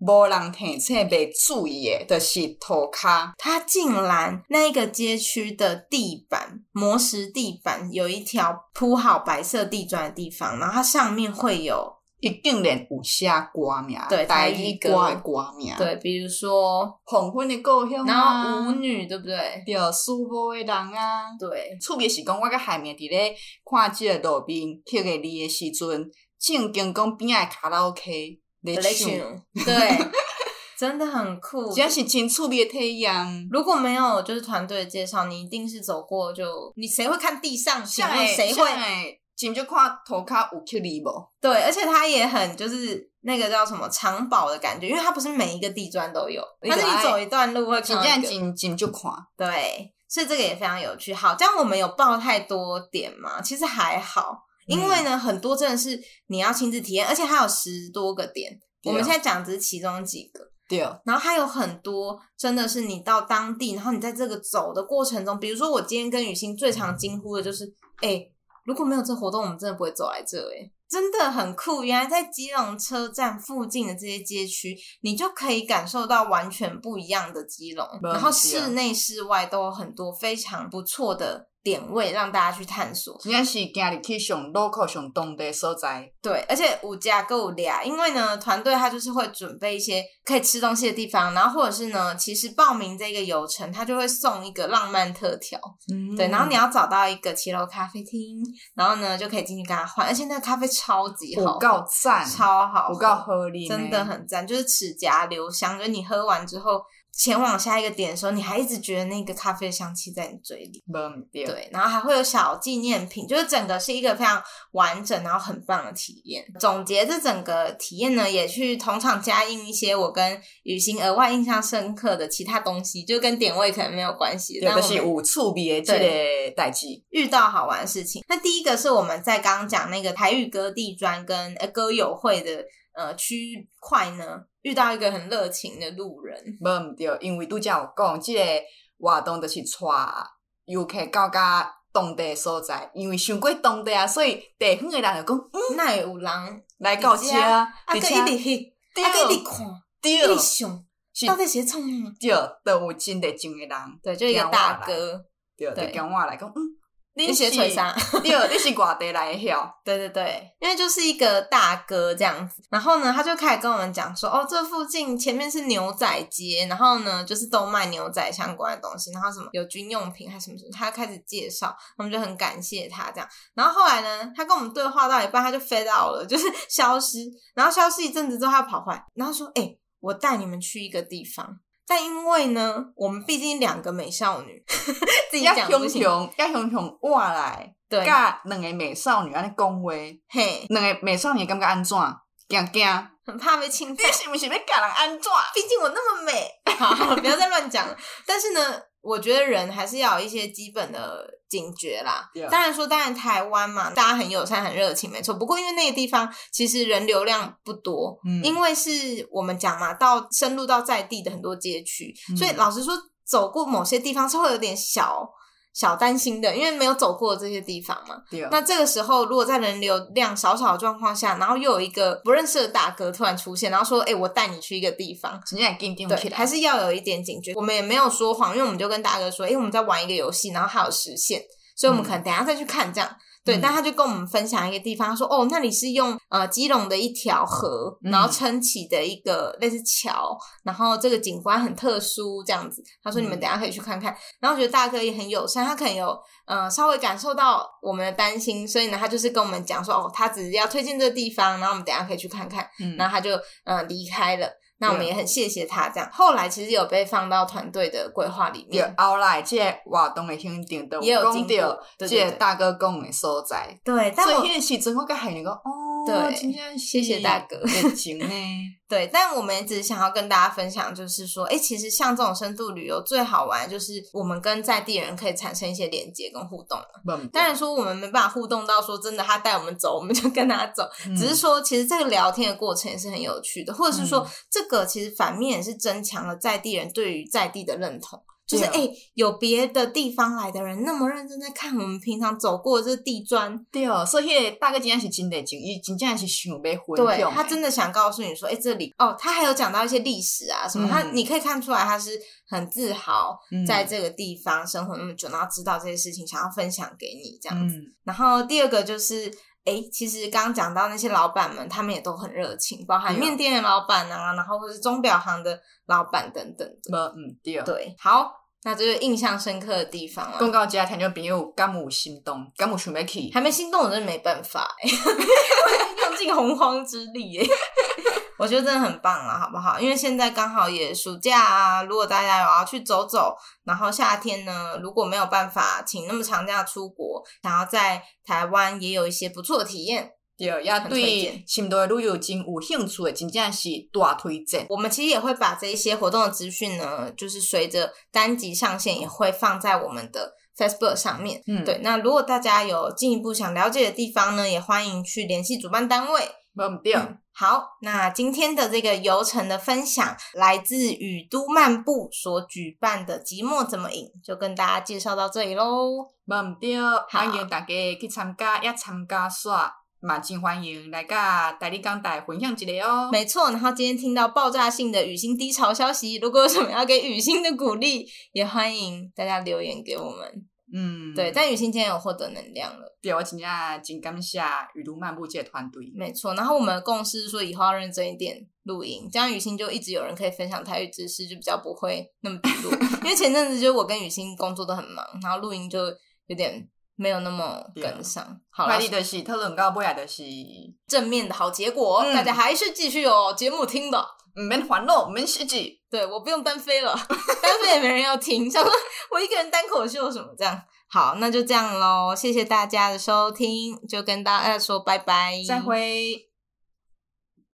Speaker 2: 无人提醒、袂注意诶，就是涂骹。
Speaker 1: 它竟然那个街区的地板磨石地板有一条铺好白色地砖的地方，然后它上面会有
Speaker 2: 伊竟然有写歌名，
Speaker 1: 对
Speaker 2: 台
Speaker 1: 台语
Speaker 2: 语
Speaker 1: 歌
Speaker 2: 歌诶歌名，，
Speaker 1: 对，比如说。
Speaker 2: 黄昏诶故乡啊，
Speaker 1: 然后舞女对不对？
Speaker 2: 对，苏波诶人啊，
Speaker 1: 对，
Speaker 2: 厝边是讲，我甲海绵伫咧看即个路边迄个字诶时阵，正经讲边仔的卡拉 OK，来
Speaker 1: Collection，对， 真的很酷。
Speaker 2: 真是真趣味的体验。
Speaker 1: 如果没有就是团队的介绍，你一定是走过就你谁会看地上？请
Speaker 2: 像
Speaker 1: 问
Speaker 2: 诶，
Speaker 1: 谁
Speaker 2: 像
Speaker 1: 会？
Speaker 2: 诶，真就看涂骹有吸力无？
Speaker 1: 对，而且它也很就是那个叫什么藏宝的感觉，因为它不是每一个地砖都有，
Speaker 2: 你
Speaker 1: 但是
Speaker 2: 就
Speaker 1: 你
Speaker 2: 爱
Speaker 1: 走一段路会看
Speaker 2: 真
Speaker 1: 到
Speaker 2: 正
Speaker 1: 一个。
Speaker 2: 真真就看。
Speaker 1: 对，所以这个也非常有趣。好，这样我们有报太多点嘛？其实还好，因为呢，很多真的是你要亲自体验，而且它有十多个点。
Speaker 2: 对
Speaker 1: 我们现在讲只是其中几个，
Speaker 2: 对，
Speaker 1: 然后还有很多真的是你到当地，然后你在这个走的过程中，比如说我今天跟雨欣最常惊呼的就是，哎、如果没有这活动，我们真的不会走来这、哎，真的很酷。原来在基隆车站附近的这些街区，你就可以感受到完全不一样的基隆，
Speaker 2: 没有
Speaker 1: 然后
Speaker 2: 错
Speaker 1: 室内室外都有很多非常不错的点位让大家去探索。
Speaker 2: 真正是行入去上 local 上当地的所在。
Speaker 1: 对，而且五加够俩，因为呢，团队他就是会准备一些可以吃东西的地方，然后或者是呢，其实报名这个游程，他就会送一个浪漫特调，
Speaker 2: 嗯
Speaker 1: 对，然后你要找到一个骑楼咖啡厅，然后呢就可以进去跟他换，而且那个咖啡超级好
Speaker 2: 有
Speaker 1: 喝，
Speaker 2: 够赞，
Speaker 1: 超好喝，
Speaker 2: 有够合理，
Speaker 1: 真的。很赞，就是齿颊留香，就是你喝完之后前往下一个点的时候，你还一直觉得那个咖啡的香气在你嘴里。
Speaker 2: 无毋对，
Speaker 1: 对，然后还会有小纪念品，就是整个是一个非常完整然后很棒的体验。总结这整个体验呢，也去同场加映一些我跟雨欣额外印象深刻的其他东西，就跟点位可能没有关系，
Speaker 2: 对，
Speaker 1: 但
Speaker 2: 就
Speaker 1: 我
Speaker 2: 是
Speaker 1: 们
Speaker 2: 有趣味的即个代志。
Speaker 1: 遇到好玩的事情。那第一个是我们在刚刚讲那个台语歌地专跟呃歌友会的呃区块呢，遇到一个很热情的路人，
Speaker 2: 无毋对，因为拄则有讲，即、个活动就是带游客到甲当地的所在，因为想过当地啊，所以地方的人就讲、嗯、
Speaker 1: 那有人
Speaker 2: 来到遮，
Speaker 1: 啊，
Speaker 2: 而
Speaker 1: 个
Speaker 2: 且
Speaker 1: 一直去，
Speaker 2: 对
Speaker 1: 啊，个一直看，
Speaker 2: 对
Speaker 1: 一直想，
Speaker 2: 是
Speaker 1: 到底谁创啊？
Speaker 2: 对，都有真热情的人，
Speaker 1: 对，就一个大哥，
Speaker 2: 对，
Speaker 1: 对
Speaker 2: 就跟我来讲，嗯，
Speaker 1: 一
Speaker 2: 你
Speaker 1: 些
Speaker 2: 是
Speaker 1: 锤杀，
Speaker 2: 对，你是外地来的晓，
Speaker 1: 对对对，因为就是一个大哥这样子。然后呢，他就开始跟我们讲说，哦，这附近前面是牛仔街，然后呢就是都卖牛仔相关的东西，然后什么有军用品还什么什么，他就开始介绍，我们就很感谢他这样。然后后来呢，他跟我们对话到一半，他就飞到了，就是消失，然后消失一阵子之后，他跑回来，然后说，哎、我带你们去一个地方。但因为呢，我们毕竟两个美少女，自己
Speaker 2: 要
Speaker 1: 讲不
Speaker 2: 雄
Speaker 1: 行，
Speaker 2: 雄，要雄雄我来，
Speaker 1: 对，
Speaker 2: 甲两个美少女安尼讲话，
Speaker 1: 嘿，
Speaker 2: 两个美少女感觉安怎？惊 惊，
Speaker 1: 很怕被侵
Speaker 2: 你
Speaker 1: 犯。
Speaker 2: 是毋是要甲人安怎？
Speaker 1: 毕竟我那么美， 好，不要再乱讲了。但是呢，我觉得人还是要有一些基本的警觉啦。
Speaker 2: Yeah.
Speaker 1: 当然说，当然台湾嘛，大家很友善、很热情，没错。不过因为那个地方其实人流量不多，
Speaker 2: 嗯
Speaker 1: 因为是我们讲嘛，到深入到在地的很多街区，
Speaker 2: 嗯
Speaker 1: 所以老实说，走过某些地方是会有点小。小担心的，因为没有走过这些地方嘛。
Speaker 2: 对，
Speaker 1: 那这个时候，如果在人流量少少的状况下，然后又有一个不认识的大哥突然出现，然后说：“哎、我带你去一个地方。”
Speaker 2: 真正紧张起
Speaker 1: 对，
Speaker 2: 来
Speaker 1: 还。是要有一点警觉。我们也没有说谎，因为我们就跟大哥说，诶、我们在玩一个游戏，然后还有时限，所以我们可能等一下再去看这样。对，
Speaker 2: 嗯
Speaker 1: 但他就跟我们分享一个地方，他说哦，那里是用呃基隆的一条河，
Speaker 2: 嗯
Speaker 1: 然后撑起的一个类似桥，然后这个景观很特殊，这样子。他说你们
Speaker 2: 嗯
Speaker 1: 等一下可以去看看。然后我觉得大哥也很友善，他可能有呃稍微感受到我们的担心，所以呢，他就是跟我们讲说哦，他只是要推荐这个地方，然后我们等一下可以去看看。
Speaker 2: 嗯
Speaker 1: 然后他就呃离开了。那我们也很谢谢他这样。后来其实有被放到团队的规划里
Speaker 2: 对
Speaker 1: 面，，
Speaker 2: 后来即个活动的现场就
Speaker 1: 也有经
Speaker 2: 讲
Speaker 1: 过
Speaker 2: 到，
Speaker 1: 对
Speaker 2: 即
Speaker 1: 对
Speaker 2: 个
Speaker 1: 对
Speaker 2: 大哥讲的所在，
Speaker 1: 对，但
Speaker 2: 所以
Speaker 1: 我
Speaker 2: 迄个时阵我甲海玲讲，哦，
Speaker 1: 对
Speaker 2: 真正是
Speaker 1: 谢谢大哥
Speaker 2: 热情呢，
Speaker 1: 对，但我们也只是想要跟大家分享，就是说，哎，其实像这种深度旅游最好玩，就是我们跟在地人可以产生一些连接跟互动。当然说我们没办法互动到说真的他带我们走，我们就跟他走，
Speaker 2: 嗯
Speaker 1: 只是说，其实这个聊天的过程也是很有趣的，或者是说，
Speaker 2: 嗯
Speaker 1: 这个其实反面也是增强了在地人对于在地的认同。就是哎、
Speaker 2: 对啊
Speaker 1: 诶有别的地方来的人那么认真在看我们平常走过的这地砖，
Speaker 2: 对，所以迄个大哥真正是真热情，伊真正是想要分
Speaker 1: 对
Speaker 2: 享，
Speaker 1: 他真
Speaker 2: 的，
Speaker 1: 的想告诉你说，哎、这里哦，他还有讲到一些历史啊什么，
Speaker 2: 嗯
Speaker 1: 他你可以看出来他是很自豪
Speaker 2: 嗯
Speaker 1: 在这个地方生活那么久，然后知道这些事情，想要分享给你这样子。
Speaker 2: 嗯，
Speaker 1: 然后第二个就是，诶，其实刚刚讲到那些老板们，他们也都很热情，包含
Speaker 2: 对啊
Speaker 1: 面店的老板啊，然后或是钟表行的老板等等的。
Speaker 2: 无毋对。
Speaker 1: 对，好，那这就是印象深刻的地方了。
Speaker 2: 讲到遮，听众朋友敢有心动，敢有想要去？
Speaker 1: 还没心动，我真的没办法、欸，用尽洪荒之力、欸。我觉得真的很棒了，好不好？因为现在刚好也暑假啊，如果大家有要去走走，然后夏天呢，如果没有办法请那么长假出国，想要在台湾也有一些不错的体验。
Speaker 2: 对，也
Speaker 1: 很推
Speaker 2: 对
Speaker 1: 荐
Speaker 2: 深度的旅游真有兴趣的，真正是大推荐。
Speaker 1: 我们其实也会把这一些活动的资讯呢，就是随着单集上线，也会放在我们的 Facebook 上面。
Speaker 2: 嗯
Speaker 1: 对，那如果大家有进一步想了解的地方呢，也欢迎去联系主办单位。
Speaker 2: 无毋对，
Speaker 1: 嗯好，那今天的这个游程的分享，来自雨都漫步所举办的“寂寞怎么饮”，就跟大家介绍到这里喽。
Speaker 2: 无毋对，欢迎大家去参加，也参加煞，嘛真欢迎来甲大理港台分享一下哦。
Speaker 1: 没错，然后今天听到爆炸性的雨欣低潮消息，如果有什么要给雨欣的鼓励，也欢迎大家留言给我们。
Speaker 2: 嗯，
Speaker 1: 对，但雨欣今天有获得能量了，
Speaker 2: 对我真正真感谢雨露漫步这个团队。
Speaker 1: 没错。然后我们的共识是说以后要认真一点录音，这样雨欣就一直有人可以分享台语知识，就比较不会那么低落。因为前阵子就我跟雨欣工作都很忙，然后录音就有点没有那么跟上。好
Speaker 2: 啊
Speaker 1: 啊
Speaker 2: 快
Speaker 1: 了
Speaker 2: 递，就是讨论到尾啊，就是
Speaker 1: 正面的好结果，
Speaker 2: 嗯
Speaker 1: 大家还是继续有节目听的。
Speaker 2: 毋免烦恼，毋免失志。
Speaker 1: 对，我不用单飞了， 单飞也没人要听，想说我一个人单口秀什么这样。好，那就这样喽，谢谢大家的收听，就跟大家说拜拜，
Speaker 2: 再会。